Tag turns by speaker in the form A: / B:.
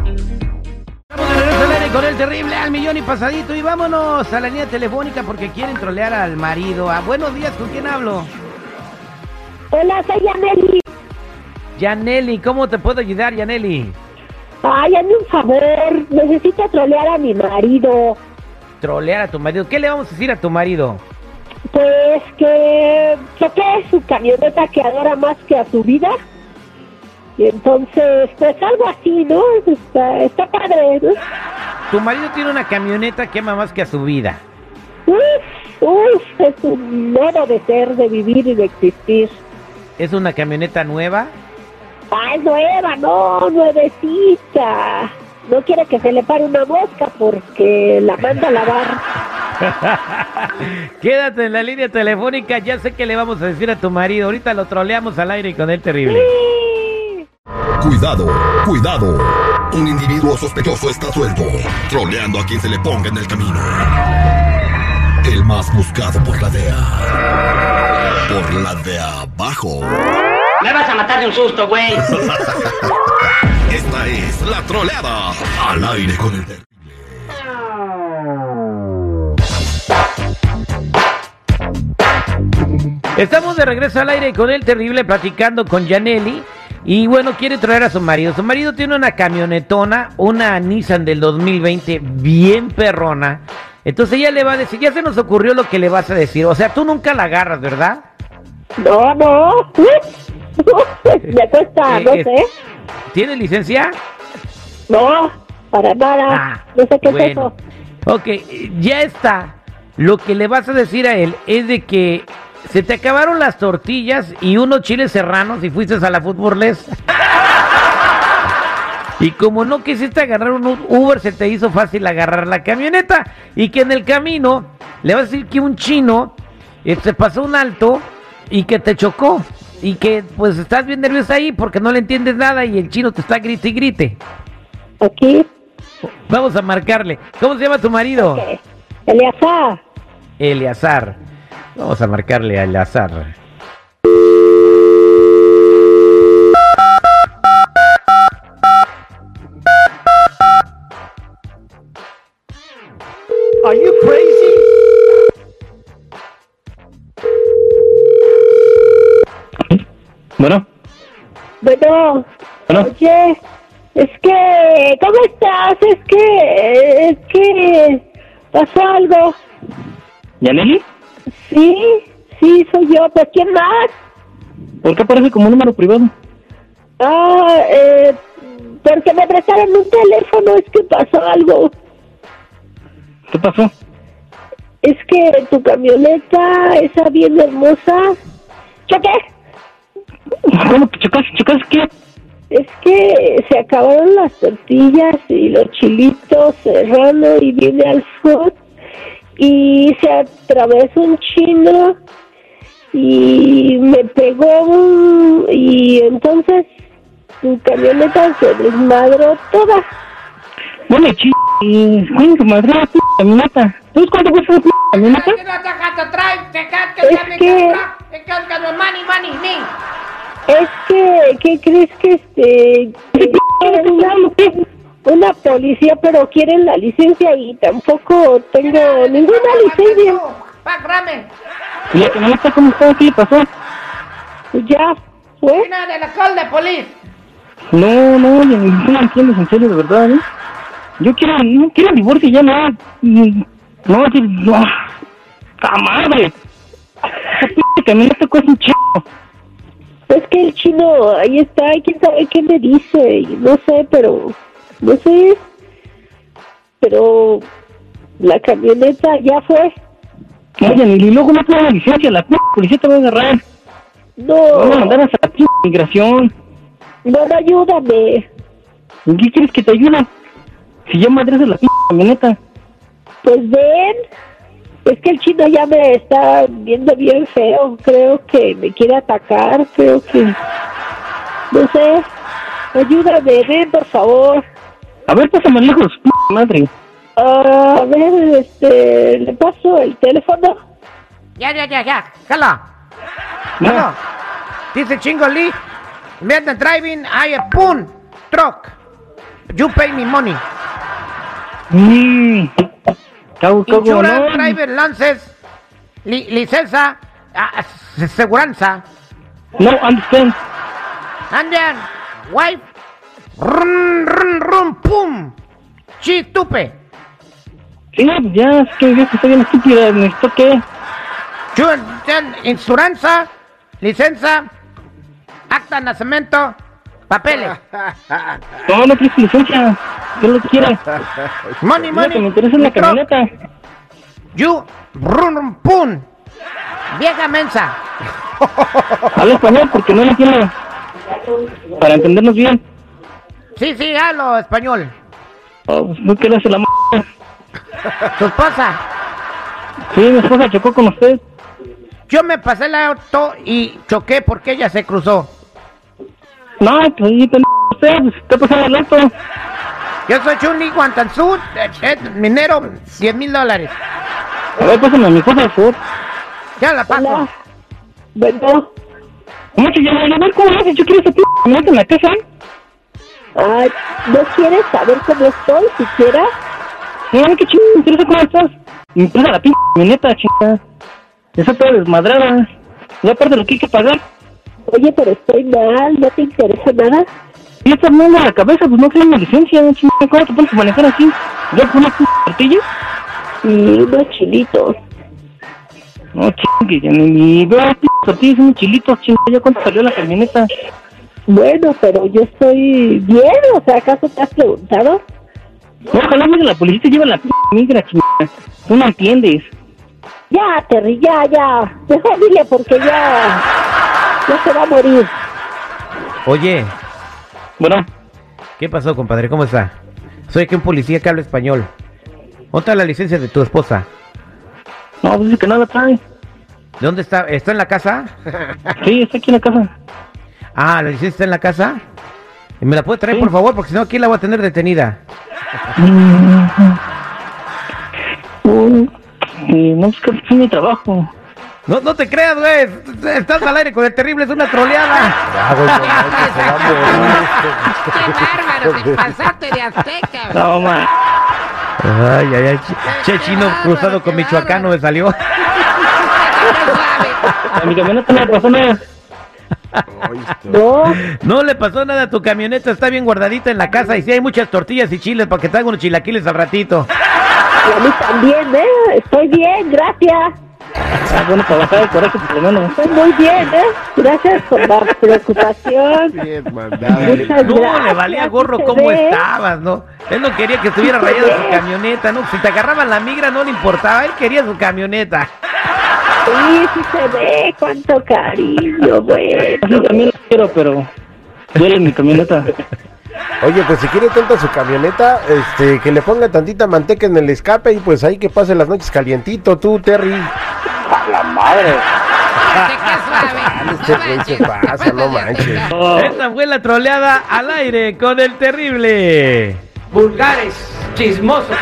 A: Estamos de regreso al aire con el terrible al millón y pasadito y vámonos a la línea telefónica porque quieren trolear al marido. Ah, buenos días, ¿con quién hablo?
B: Hola, soy Ameli.
A: Yaneli, ¿cómo te puedo ayudar, Yaneli?
B: Ay, hazme un favor. Necesito trolear a mi marido.
A: Trolear a tu marido. ¿Qué le vamos a decir a tu marido?
B: Pues que choqué su camioneta que adora más que a su vida. Y entonces, pues algo así, ¿no? Está, está padre, ¿no?
A: Tu marido tiene una camioneta que ama más que a su vida.
B: Uf, uf, es un modo de ser, de vivir y de existir.
A: ¿Es una camioneta nueva?
B: Ah, es nueva, no, nuevecita. No quiere que se le pare una mosca porque la manda a lavar.
A: Quédate en la línea telefónica, ya sé qué le vamos a decir a tu marido. Ahorita lo troleamos al aire y con él terrible.
C: Cuidado, cuidado. Un individuo sospechoso está suelto, troleando a quien se le ponga en el camino. El más buscado por la DEA. Por la de abajo.
D: Me vas a matar de un susto, güey.
C: Esta es la troleada. Al aire con el terrible.
A: Estamos de regreso al aire con el terrible platicando con Janelli. Y bueno, quiere traer a su marido. Su marido tiene una camionetona, una Nissan del 2020, bien perrona. Entonces ella le va a decir, ya se nos ocurrió lo que le vas a decir. O sea, tú nunca la agarras, ¿verdad?
B: No, no. Uf, me cuesta,
A: Eh,
B: no
A: eh,
B: sé.
A: ¿Tienes licencia?
B: No, para nada. No sé qué es eso.
A: Ah, bueno. Ok, ya está. Lo que le vas a decir a él es de que se te acabaron las tortillas y unos chiles serranos y fuiste a la futbolés. Y como no quisiste agarrar un U- Uber, se te hizo fácil agarrar la camioneta. Y que en el camino le vas a decir que un chino eh, se pasó un alto y que te chocó. Y que pues estás bien nerviosa ahí porque no le entiendes nada y el chino te está grite y grite.
B: Aquí,
A: Vamos a marcarle. ¿Cómo se llama tu marido?
B: eh, Eleazar.
A: Eleazar. Vamos a marcarle a Eleazar.
E: Are you crazy? Bueno,
B: Bueno,
E: bueno,
B: oye, es que, ¿cómo estás? Es que, es que pasó algo.
E: ¿Yaneli?
B: Sí, sí, soy yo. ¿Pues quién más?
E: ¿Por qué aparece como un número privado?
B: Ah, eh, porque me prestaron un teléfono, es que pasó algo.
E: ¿Qué pasó?
B: Es que tu camioneta, esa bien hermosa. ¡Choqué!
E: ¿Cómo que chocaste? ¿Chocaste qué?
B: Es que se acabaron las tortillas y los chilitos serrano y vine al food y se atravesó un chino y me pegó un- y entonces tu camioneta se desmadró toda.
E: Bueno, ch... Coño, su madre, la p... camioneta. ¿Sabes cuánto cuesta la p... camioneta?
B: Es que, es que, ¿qué crees que este? que Una policía, pero quieren la licencia y tampoco tengo ninguna licencia.
E: ¿Y la camioneta cómo está? ¿Qué le pasó?
B: Pues Ya fue.
E: No, no, Yaneli, tú no entiendes, en serio, de verdad, ¿eh? Yo quiero, no quiero divorcio y ya, no. Mm, No, así, no. ¡La madre! Esa p... camioneta cuesta un chico.
B: Es Pues que el chino ahí está, y quién sabe qué me dice, y no sé, pero no sé. Pero la camioneta ya fue.
E: Oye, y luego no tengo la licencia, la p policía te va a agarrar. Te van a
B: No,
E: mandar hasta la p migración.
B: bueno, ayúdame.
E: ¿En qué quieres que te ayude? Si yo madre de la p camioneta.
B: Pues ven. Es que el chino ya me está viendo bien feo. Creo que me quiere atacar. Creo que. No sé. Ayúdame, ven, por favor.
E: A ver, pásame lejos, p madre.
B: Ah, a ver, este. Le paso el teléfono.
A: Ya, ya, ya, ya. Jala.
E: No.
A: Bueno. Dice Chingo Lee. Vietnam driving. I a poon truck. You pay me money.
E: Mmm. Cago, cago,
A: Insurance,
E: no.
A: driver, lances. li- licencia. ah, ah, seguranza.
E: No, understand.
A: And then, wife. Rum, rum, rum, pum. She tupe.
E: Sí, pues ya, es que yo que estoy bien estúpida, necesito que...
A: You then insuranza. Licencia. Acta de nacimiento. Papeles.
E: No, no tienes licencia, yo lo quiera.
A: Money,
E: Lo que me
A: money.
E: interesa es la
A: truck.
E: camioneta.
A: You run run, pun. Vieja mensa.
E: Habla español porque no lo entiendo. Para entendernos bien.
A: Sí, sí, hablo español.
E: Oh, pues no quieras la m...
A: Tu esposa.
E: Sí, mi esposa chocó con usted.
A: Yo me pasé la auto y choqué porque ella se cruzó.
E: No, pues ahí pendejo usted, pues está pasando el alto.
A: Yo soy Chuni Guantanzú, eh, eh, minero, 10 mil dólares.
E: A ver, pásame a mi esposa, por favor.
A: Ya la paso.
B: Hola. Bueno.
E: ¿Cómo te llamas? A ver, ¿cómo haces? Yo quiero esa p... camioneta en la casa.
B: Ay, ¿no quieres saber cómo estoy siquiera?
E: No, qué chingo, me interesa cómo estás. Me interesa la p... camioneta, chingada. Está toda desmadrada. Y aparte lo que hay que pagar.
B: Oye, pero estoy mal, ¿no te interesa nada?
E: Y esta mierda de la cabeza, pues no tiene una licencia, ¿no? chingada. ¿Cómo te pones a manejar así? ¿Ya con una p... tortilla?
B: Y unos chilitos.
E: No, chingue, ya ni- ni veo las p... tortillas, son chilitos, chingada. ¿Ya cuánto salió la camioneta?
B: Bueno, pero yo estoy bien, o sea, ¿acaso te has preguntado?
E: No, ojalá mire la policía te lleva la p... migra, chingada. Tú no entiendes.
B: Ya, Terry, ya, ya. Mejor dile porque ya. Ya se va a morir.
A: Oye,
E: Bueno,
A: ¿qué pasó, compadre? ¿Cómo está? Soy aquí un policía que habla español. ¿Dónde está la licencia de tu esposa?
E: no, pues dice que nada trae.
A: ¿De dónde está? ¿Está en la casa?
E: Sí, está aquí en la casa.
A: Ah, la licencia está en la casa. ¿Me la puede traer, por favor? Porque si no, aquí la voy a tener detenida.
E: Mm, eh, no, pues que es mi trabajo.
A: No, no te creas, güey. Estás al aire con el terrible, es una troleada.
F: ¡Qué bárbaro! ¡Te pasaste de azteca!
E: No, ma.
A: Ay, ay, ay. chi- Che chino cruzado con michoacano me salió.
F: ¡Qué suave!
E: A Ah, mi camioneta no le pasó nada.
B: No,
A: No le pasó nada a tu camioneta, está bien guardadita en la casa y si hay muchas tortillas y chiles para que te haga unos chilaquiles al ratito.
B: y a mí también, ¿eh? Estoy bien, gracias.
E: Está Ah, bueno para bajar el coraje, por lo menos.
B: Estoy muy bien, ¿eh? Gracias por la preocupación. Muchas
A: No,
B: gracias.
A: le valía gorro
B: sí se
A: cómo
B: ve.
A: estabas, ¿no? Él no quería que estuviera rayada su camioneta, ¿no? Si te agarraban la migra no le importaba, él quería su camioneta.
B: Sí, sí se ve. Cuánto cariño,
E: Yo
B: bueno.
E: también la quiero, pero duele mi camioneta.
G: Oye, pues si quiere tanta su camioneta, este, que le ponga tantita manteca en el escape y pues ahí que pase las noches calientito, tú, Terry.
F: ¡Qué suave! No
G: Este güey se
F: manches, te
G: pasa,
F: pasas
G: no
F: de
G: manches.
F: azteca.
E: Oh,
A: Esa fue la troleada al aire con el terrible.
D: Vulgares, chismosos.